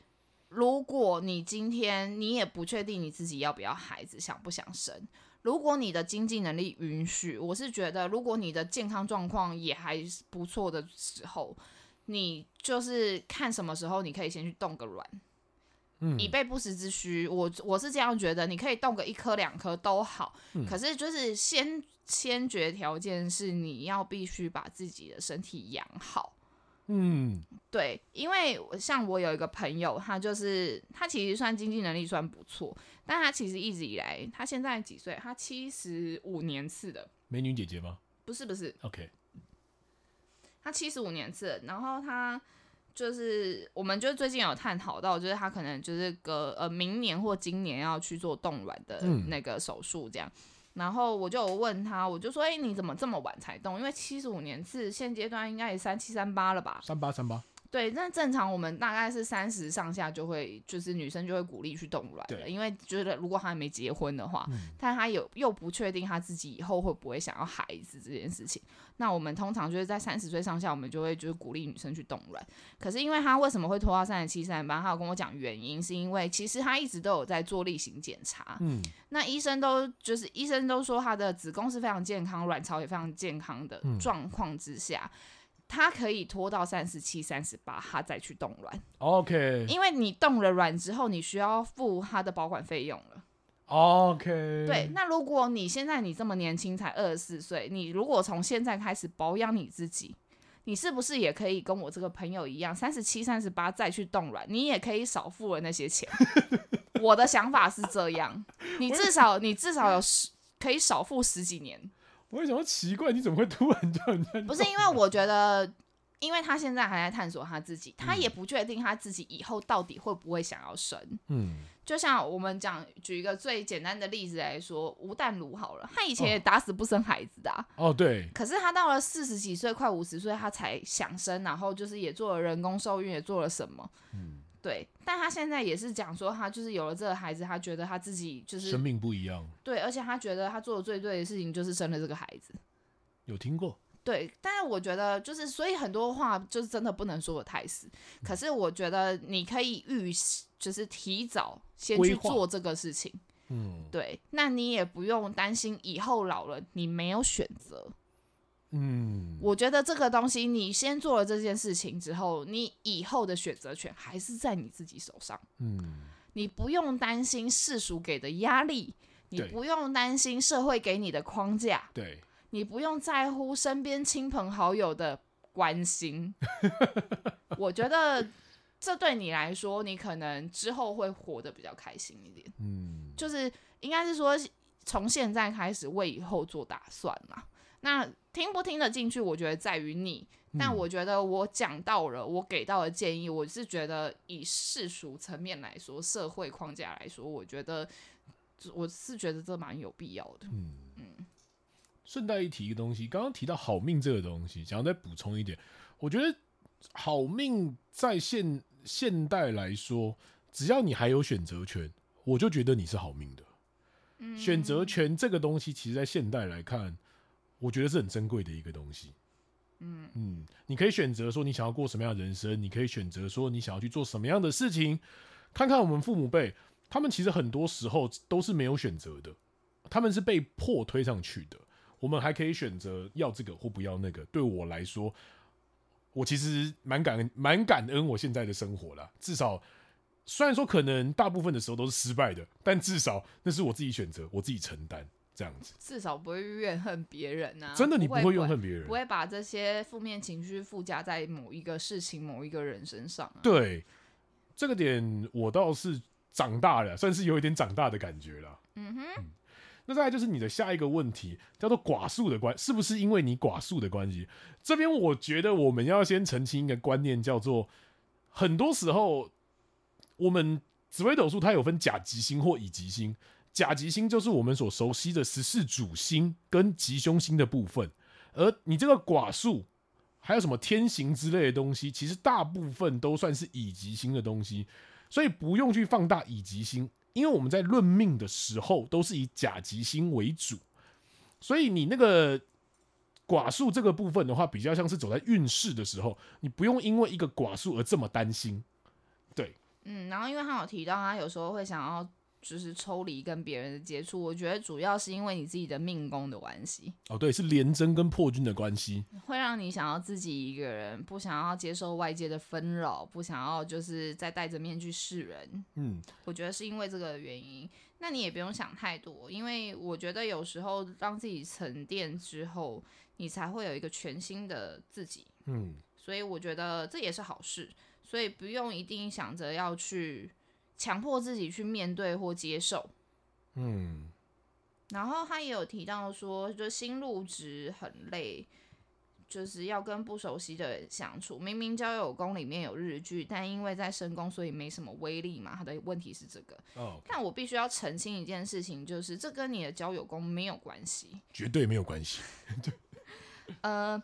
如果你今天你也不确定你自己要不要孩子，想不想生，如果你的经济能力允许，我是觉得，如果你的健康状况也还是不错的时候，你就是看什么时候你可以先去动个卵，
嗯
以备不时之需。我我是这样觉得，你可以动个一颗两颗都好，
嗯
可是就是先先决条件是你要必须把自己的身体养好。
嗯，
对，因为我像我有一个朋友，他就是他其实算经济能力算不错，但他其实一直以来，他现在几岁？他七十五年次的，
美女姐姐吗
不是不是，
？OK，
他七十五年次了，然后他就是我们就最近有探讨到，就是他可能就是隔呃明年或今年要去做冻卵的
嗯
那个手术这样。然后我就有问他，我就说：“哎、你怎么这么晚才动？因为七十五年次现阶段应该也三七三八了吧？
三八三八，
对，那正常我们大概是三十上下就会，就是女生就会鼓励去冻卵了，
对
因为觉得如果她还没结婚的话，
嗯
但她有又不确定她自己以后会不会想要孩子这件事情，那我们通常就是在三十岁上下，我们就会就是鼓励女生去冻卵。可是因为她为什么会拖到三十七、三十八，她有跟我讲原因，是因为其实她一直都有在做例行检查，
嗯
那医生都就是医生都说她的子宫是非常健康，卵巢也非常健康的
嗯
状况之下，她可以拖到三十七、三十八，她再去冻卵，
，OK
因为你冻了卵之后，你需要付她的保管费用了。
OK，
对，，
嗯
那如果你现在你这么年轻，才二十四岁，你如果从现在开始保养你自己。你是不是也可以跟我这个朋友一样，三十七、三十八再去冻卵？你也可以少付了那些钱。 我的想法是这样，你至少你至少有十可以少付十几年，
我为什么奇怪？你怎么会突然叫人家？
不是因为我觉得，因为他现在还在探索他自己，他也不确定他自己以后到底会不会想要生。
嗯，
就像我们讲，举一个最简单的例子来说，吴淡如好了，他以前也打死不生孩子的啊、
哦对，
可是他到了四十几岁，快五十岁，他才想生，然后就是也做了人工受孕，也做了什么，
嗯，
对。但他现在也是讲说，他就是有了这个孩子，他觉得他自己就是
生命不一样，
对，而且他觉得他做的最对的事情就是生了这个孩子，
有听过？
对。但是我觉得就是，所以很多话就是真的不能说的太死。
嗯
可是我觉得你可以预，就是提早先
规
去
划
做这个事情，
嗯
对。那你也不用担心以后老了你没有选择，
嗯，
我觉得这个东西，你先做了这件事情之后，你以后的选择权还是在你自己手上，
嗯
你不用担心世俗给的压力，你
对
不用担心社会给你的框架，
对，
你不用在乎身边亲朋好友的关心。我觉得这对你来说，你可能之后会活得比较开心一点，
嗯
就是应该是说从现在开始为以后做打算嘛。那听不听得进去，我觉得在于你。但
嗯
我觉得我讲到了，我给到的建议，我是觉得以世俗层面来说，社会框架来说，我觉得我是觉得这蛮有必要的。
嗯，顺带一提一个东西，刚刚提到好命这个东西，想要再补充一点，我觉得好命在现现代来说，只要你还有选择权，我就觉得你是好命的。
嗯，
选择权这个东西，其实在现代来看，我觉得是很珍贵的一个东西。嗯嗯，你可以选择说你想要过什么样的人生，你可以选择说你想要去做什么样的事情。看看我们父母辈，他们其实很多时候都是没有选择的，他们是被迫推上去的。我们还可以选择要这个或不要那个。对我来说，我其实蛮感恩，蛮感恩我现在的生活啦。至少虽然说可能大部分的时候都是失败的，但至少那是我自己选择，我自己承担这样子。
至少不会怨恨别人啊，
真的，你
不
不会怨
管，
恨别人
不。会把这些负面情绪附加在某一个事情、某一个人身上、啊。
对，这个点我倒是长大了，算是有一点长大的感觉了。
嗯哼，
那再来就是你的下一个问题，叫做寡数的关，是不是因为你寡数的关系？这边我觉得我们要先澄清一个观念，叫做很多时候我们紫微斗数它有分甲吉星或乙吉星，甲吉星就是我们所熟悉的十四主星跟吉凶星的部分，而你这个寡数。还有什么天行之类的东西，其实大部分都算是乙吉星的东西，所以不用去放大乙吉星，因为我们在论命的时候都是以甲吉星为主，所以你那个寡数这个部分的话，比较像是走在运势的时候，你不用因为一个寡数而这么担心。
嗯，然后因为他有提到，他有时候会想要就是抽离跟别人的接触，我觉得主要是因为你自己的命宫的关系。
哦，对，是廉贞跟破军的关系。
会让你想要自己一个人，不想要接受外界的纷扰，不想要就是再戴着面具示人。
嗯，
我觉得是因为这个原因。那你也不用想太多，因为我觉得有时候让自己沉淀之后，你才会有一个全新的自己。
嗯，
所以我觉得这也是好事，所以不用一定想着要去强迫自己去面对或接受。
嗯，
然后他也有提到说，就心入职很累，就是要跟不熟悉的人相处。明明交友宫里面有日剧，但因为在深宫，所以没什么威力嘛。他的问题是这个，
哦，
但我必须要澄清一件事情，就是这跟你的交友宫没有关系。
绝对没有关系。
呃，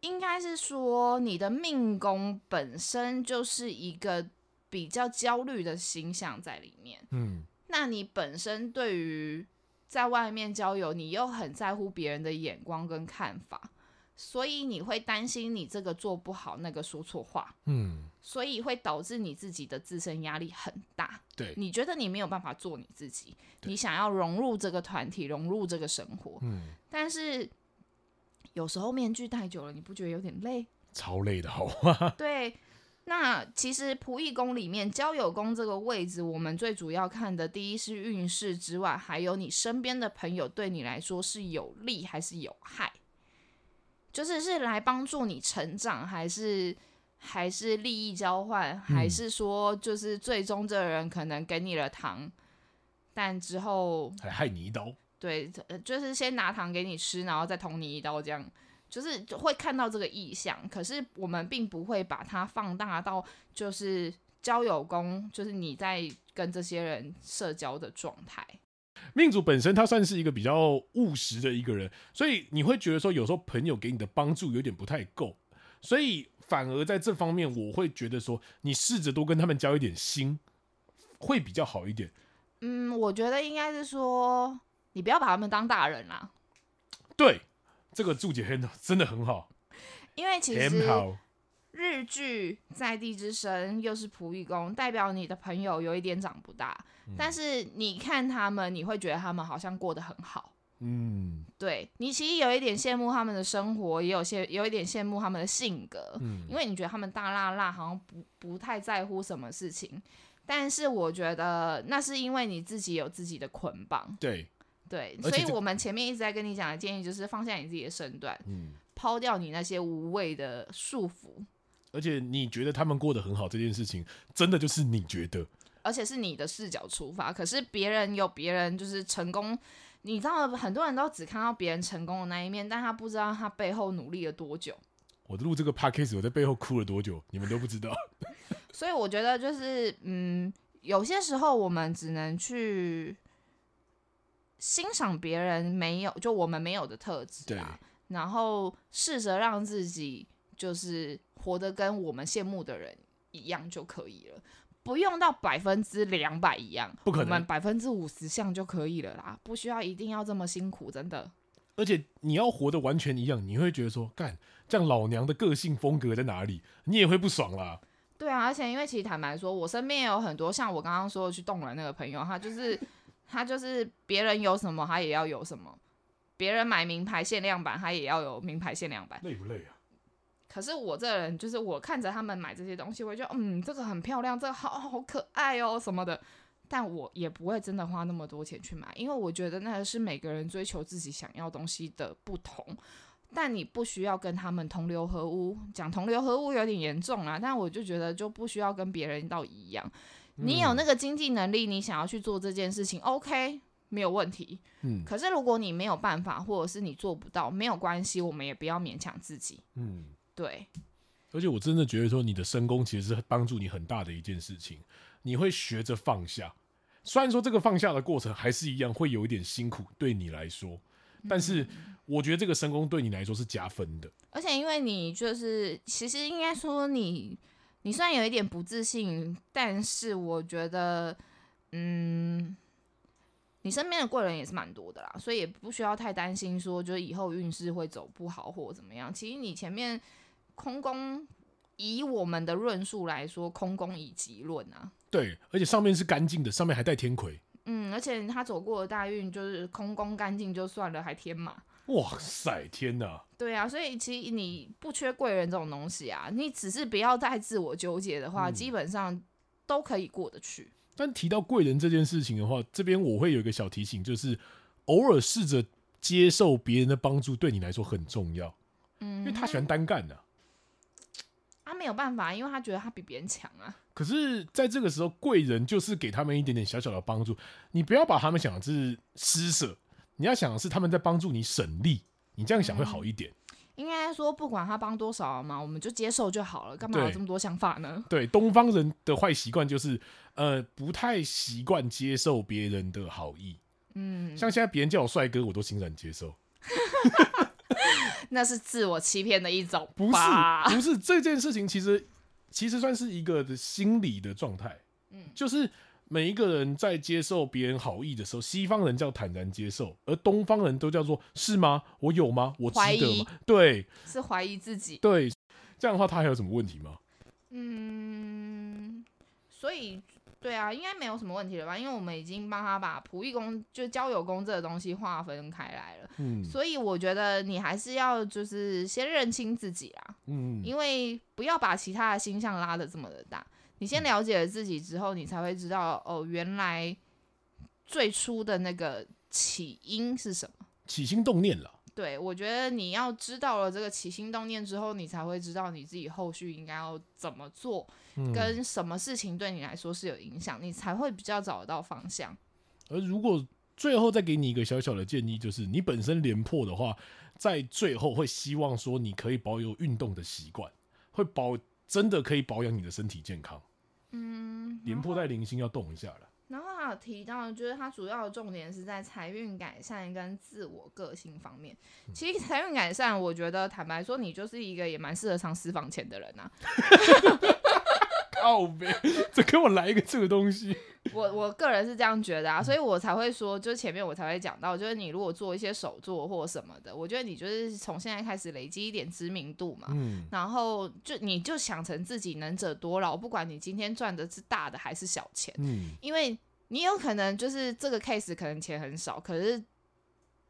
应该是说你的命宫本身就是一个比较焦虑的星象在里面。
嗯，
那你本身对于在外面交友，你又很在乎别人的眼光跟看法，所以你会担心你这个做不好，那个说错话，
嗯，
所以会导致你自己的自身压力很大。
对，
你觉得你没有办法做你自己，
对
你想要融入这个团体，融入这个生活，
嗯，
但是有时候面具戴久了，你不觉得有点累？
超累的好 吗？
对，那其实仆役宫里面交友宫这个位置，我们最主要看的第一是运势之外，还有你身边的朋友对你来说是有利还是有害，就是是来帮助你成长，还是还是利益交换，还
嗯
是说就是最终这个人可能给你了糖，但之后
还害你一刀。
对，呃就是先拿糖给你吃，然后再捅你一刀，这样就是会看到这个意向。可是我们并不会把它放大到就是交友宫，就是你在跟这些人社交的状态。
命主本身他算是一个比较务实的一个人，所以你会觉得说，有时候朋友给你的帮助有点不太够，所以反而在这方面，我会觉得说，你试着多跟他们交一点心，会比较好一点。
嗯，我觉得应该是说，你不要把他们当大人啦，
对，这个注解很真的很好，
因为其实
很好。
日剧在地之神又是仆役宫，代表你的朋友有一点长不大，但是你看他们，你会觉得他们好像过得很好。
嗯
对你其实有一点羡慕他们的生活，也有些有一点羡慕他们的性格，
嗯
因为你觉得他们大辣辣，好像不不太在乎什么事情。但是我觉得那是因为你自己有自己的捆绑，
对，
对，
而
所
且
以
这
我们前面一直在跟你讲的建议就是放下你自己的身段，
嗯，
抛掉你那些无谓的束缚，
而且你觉得他们过得很好这件事情，真的就是你觉得，
而且是你的视角出发。可是别人有别人就是成功，你知道很多人都只看到别人成功的那一面，但他不知道他背后努力了多久。
我录这个 podcast，我在背后哭了多久，你们都不知道。
所以我觉得就是，嗯，有些时候我们只能去欣赏别人没有，就我们没有的特质
对
啊，然后试着让自己就是活得跟我们羡慕的人一样就可以了。不用到百分之两百一样，
不可能
我们百分之五十像就可以了啦，不需要一定要这么辛苦，真的。
而且你要活得完全一样，你会觉得说，干，这样老娘的个性风格在哪里？你也会不爽啦。
对啊，而且因为其实坦白说，我身边也有很多像我刚刚说的去动人那个朋友，他就是他就是别人有什么他也要有什么，别人买名牌限量版他也要有名牌限量版。
累不累啊？
可是我这人就是我看着他们买这些东西，我就觉得嗯这个很漂亮，这个好好可爱哦什么的，但我也不会真的花那么多钱去买，因为我觉得那是每个人追求自己想要东西的不同。但你不需要跟他们同流合污，讲同流合污有点严重啦，但我就觉得就不需要跟别人到一样。你有那个经济能力，你想要去做这件事情，OK，没有问题。
嗯
可是如果你没有办法，或者是你做不到，没有关系，我们也不要勉强自己。
嗯。
对，
而且我真的觉得说，你的深宫其实是帮助你很大的一件事情，你会学着放下。虽然说这个放下的过程还是一样会有一点辛苦，对你来说，但是我觉得这个深宫对你来说是加分的。
而且因为你就是，其实应该说你，你虽然有一点不自信，但是我觉得，嗯，你身边的贵人也是蛮多的啦，所以也不需要太担心说，就是以后运势会走不好或怎么样。其实你前面空宫，以我们的论述来说，空宫以极论啊，
对，而且上面是干净的，上面还带天魁。
嗯，而且他走过的大运就是空宫干净就算了，还天马，
哇塞，天哪！
对啊，所以其实你不缺贵人这种东西啊，你只是不要再自我纠结的话，
嗯
基本上都可以过得去。
但提到贵人这件事情的话，这边我会有一个小提醒，就是偶尔试着接受别人的帮助，对你来说很重要，
嗯，
因为他喜欢单干啊的、
他啊没有办法，因为他觉得他比别人强啊。
可是，在这个时候，贵人就是给他们一点点小小的帮助。你不要把他们想的是施舍，你要想的是他们在帮助你省力。你这样想会好一点。
应该说不管他帮多少嘛，我们就接受就好了，干嘛有
对
这么多想法呢？
对，东方人的坏习惯就是，呃，不太习惯接受别人的好意。
嗯，
像现在别人叫我帅哥，我都欣然接受。
那是自我欺骗的一种
不
吧？
是，不是这件事情，其实其实算是一个的心理的状态。
嗯
就是每一个人在接受别人好意的时候，西方人叫坦然接受，而东方人都叫做是吗？我有吗？我值
怀
得
疑
吗？对
是怀疑自己。
对，这样的话，他还有什么问题吗？
嗯，所以对啊，应该没有什么问题了吧？因为我们已经帮他把仆役宫就交友宫这个东西划分开来了，
嗯
所以我觉得你还是要就是先认清自己啦，
嗯，
因为不要把其他的星象拉的这么的大。你
嗯
先了解了自己之后，你才会知道哦，原来最初的那个起因是什么。
起心动念了。
对，我觉得你要知道了这个起心动念之后，你才会知道你自己后续应该要怎么做，
嗯，
跟什么事情对你来说是有影响，你才会比较找得到方向。
而如果最后再给你一个小小的建议，就是你本身廉颇的话，在最后会希望说你可以保有运动的习惯，会保真的可以保养你的身体健康。
嗯，
廉颇在零星要动一下了。
然后还有提到，就是它主要的重点是在财运改善跟自我个性方面。其实财运改善，我觉得坦白说，你就是一个也蛮适合藏私房钱的人啊。
靠呗，这给我来一个这个东西。
我我个人是这样觉得啊，所以我才会说，就是前面我才会讲到，就是你如果做一些手作或什么的，我觉得你就是从现在开始累积一点知名度嘛。
嗯，
然后就你就想成自己能者多劳，不管你今天赚的是大的还是小钱，
嗯，
因为你有可能就是这个 case 可能钱很少，可是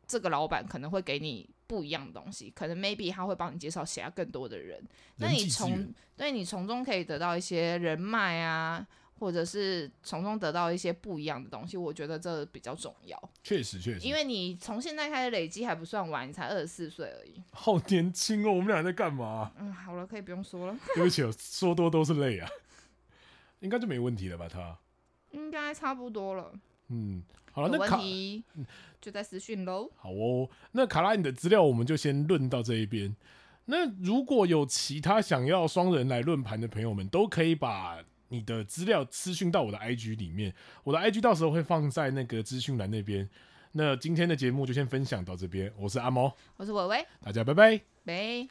这个老板可能会给你不一样的东西，可能 maybe 他会帮你介绍其他更多的人，那
人
你
际资源
从对你从中可以得到一些人脉啊，或者是从中得到一些不一样的东西，我觉得这比较重要，
确实确实，
因为你从现在开始累积还不算晚，你才二十四岁而已。
好年轻哦，我们俩在干嘛、
嗯，好了，可以不用说了。
对不起、哦，说多都是泪啊。应该就没问题了吧？他，
应该差不多了。
嗯，好了，
有
那卡嗯
问题就在私讯喽。
好哦，那卡拉你的资料我们就先论到这一边。那如果有其他想要双人来论盘的朋友们，都可以把你的资料私讯到我的 IG 里面，我的 IG 到时候会放在那个资讯栏那边。那今天的节目就先分享到这边，我是阿毛，
我是伟伟，
大家拜拜。
拜。